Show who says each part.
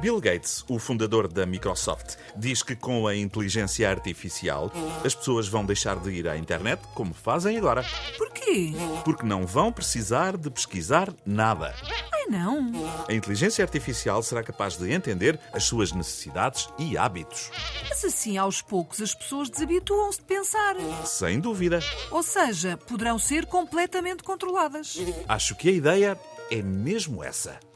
Speaker 1: Bill Gates, o fundador da Microsoft, diz que com a inteligência artificial as pessoas vão deixar de ir à internet como fazem agora,
Speaker 2: Porquê?
Speaker 1: porque não vão precisar de pesquisar nada.
Speaker 2: Ai não.
Speaker 1: A inteligência artificial será capaz de entender as suas necessidades e hábitos.
Speaker 2: Mas assim, aos poucos, as pessoas desabituam-se de pensar.
Speaker 1: Sem dúvida.
Speaker 2: Ou seja, poderão ser completamente controladas.
Speaker 1: Acho que a ideia é mesmo essa.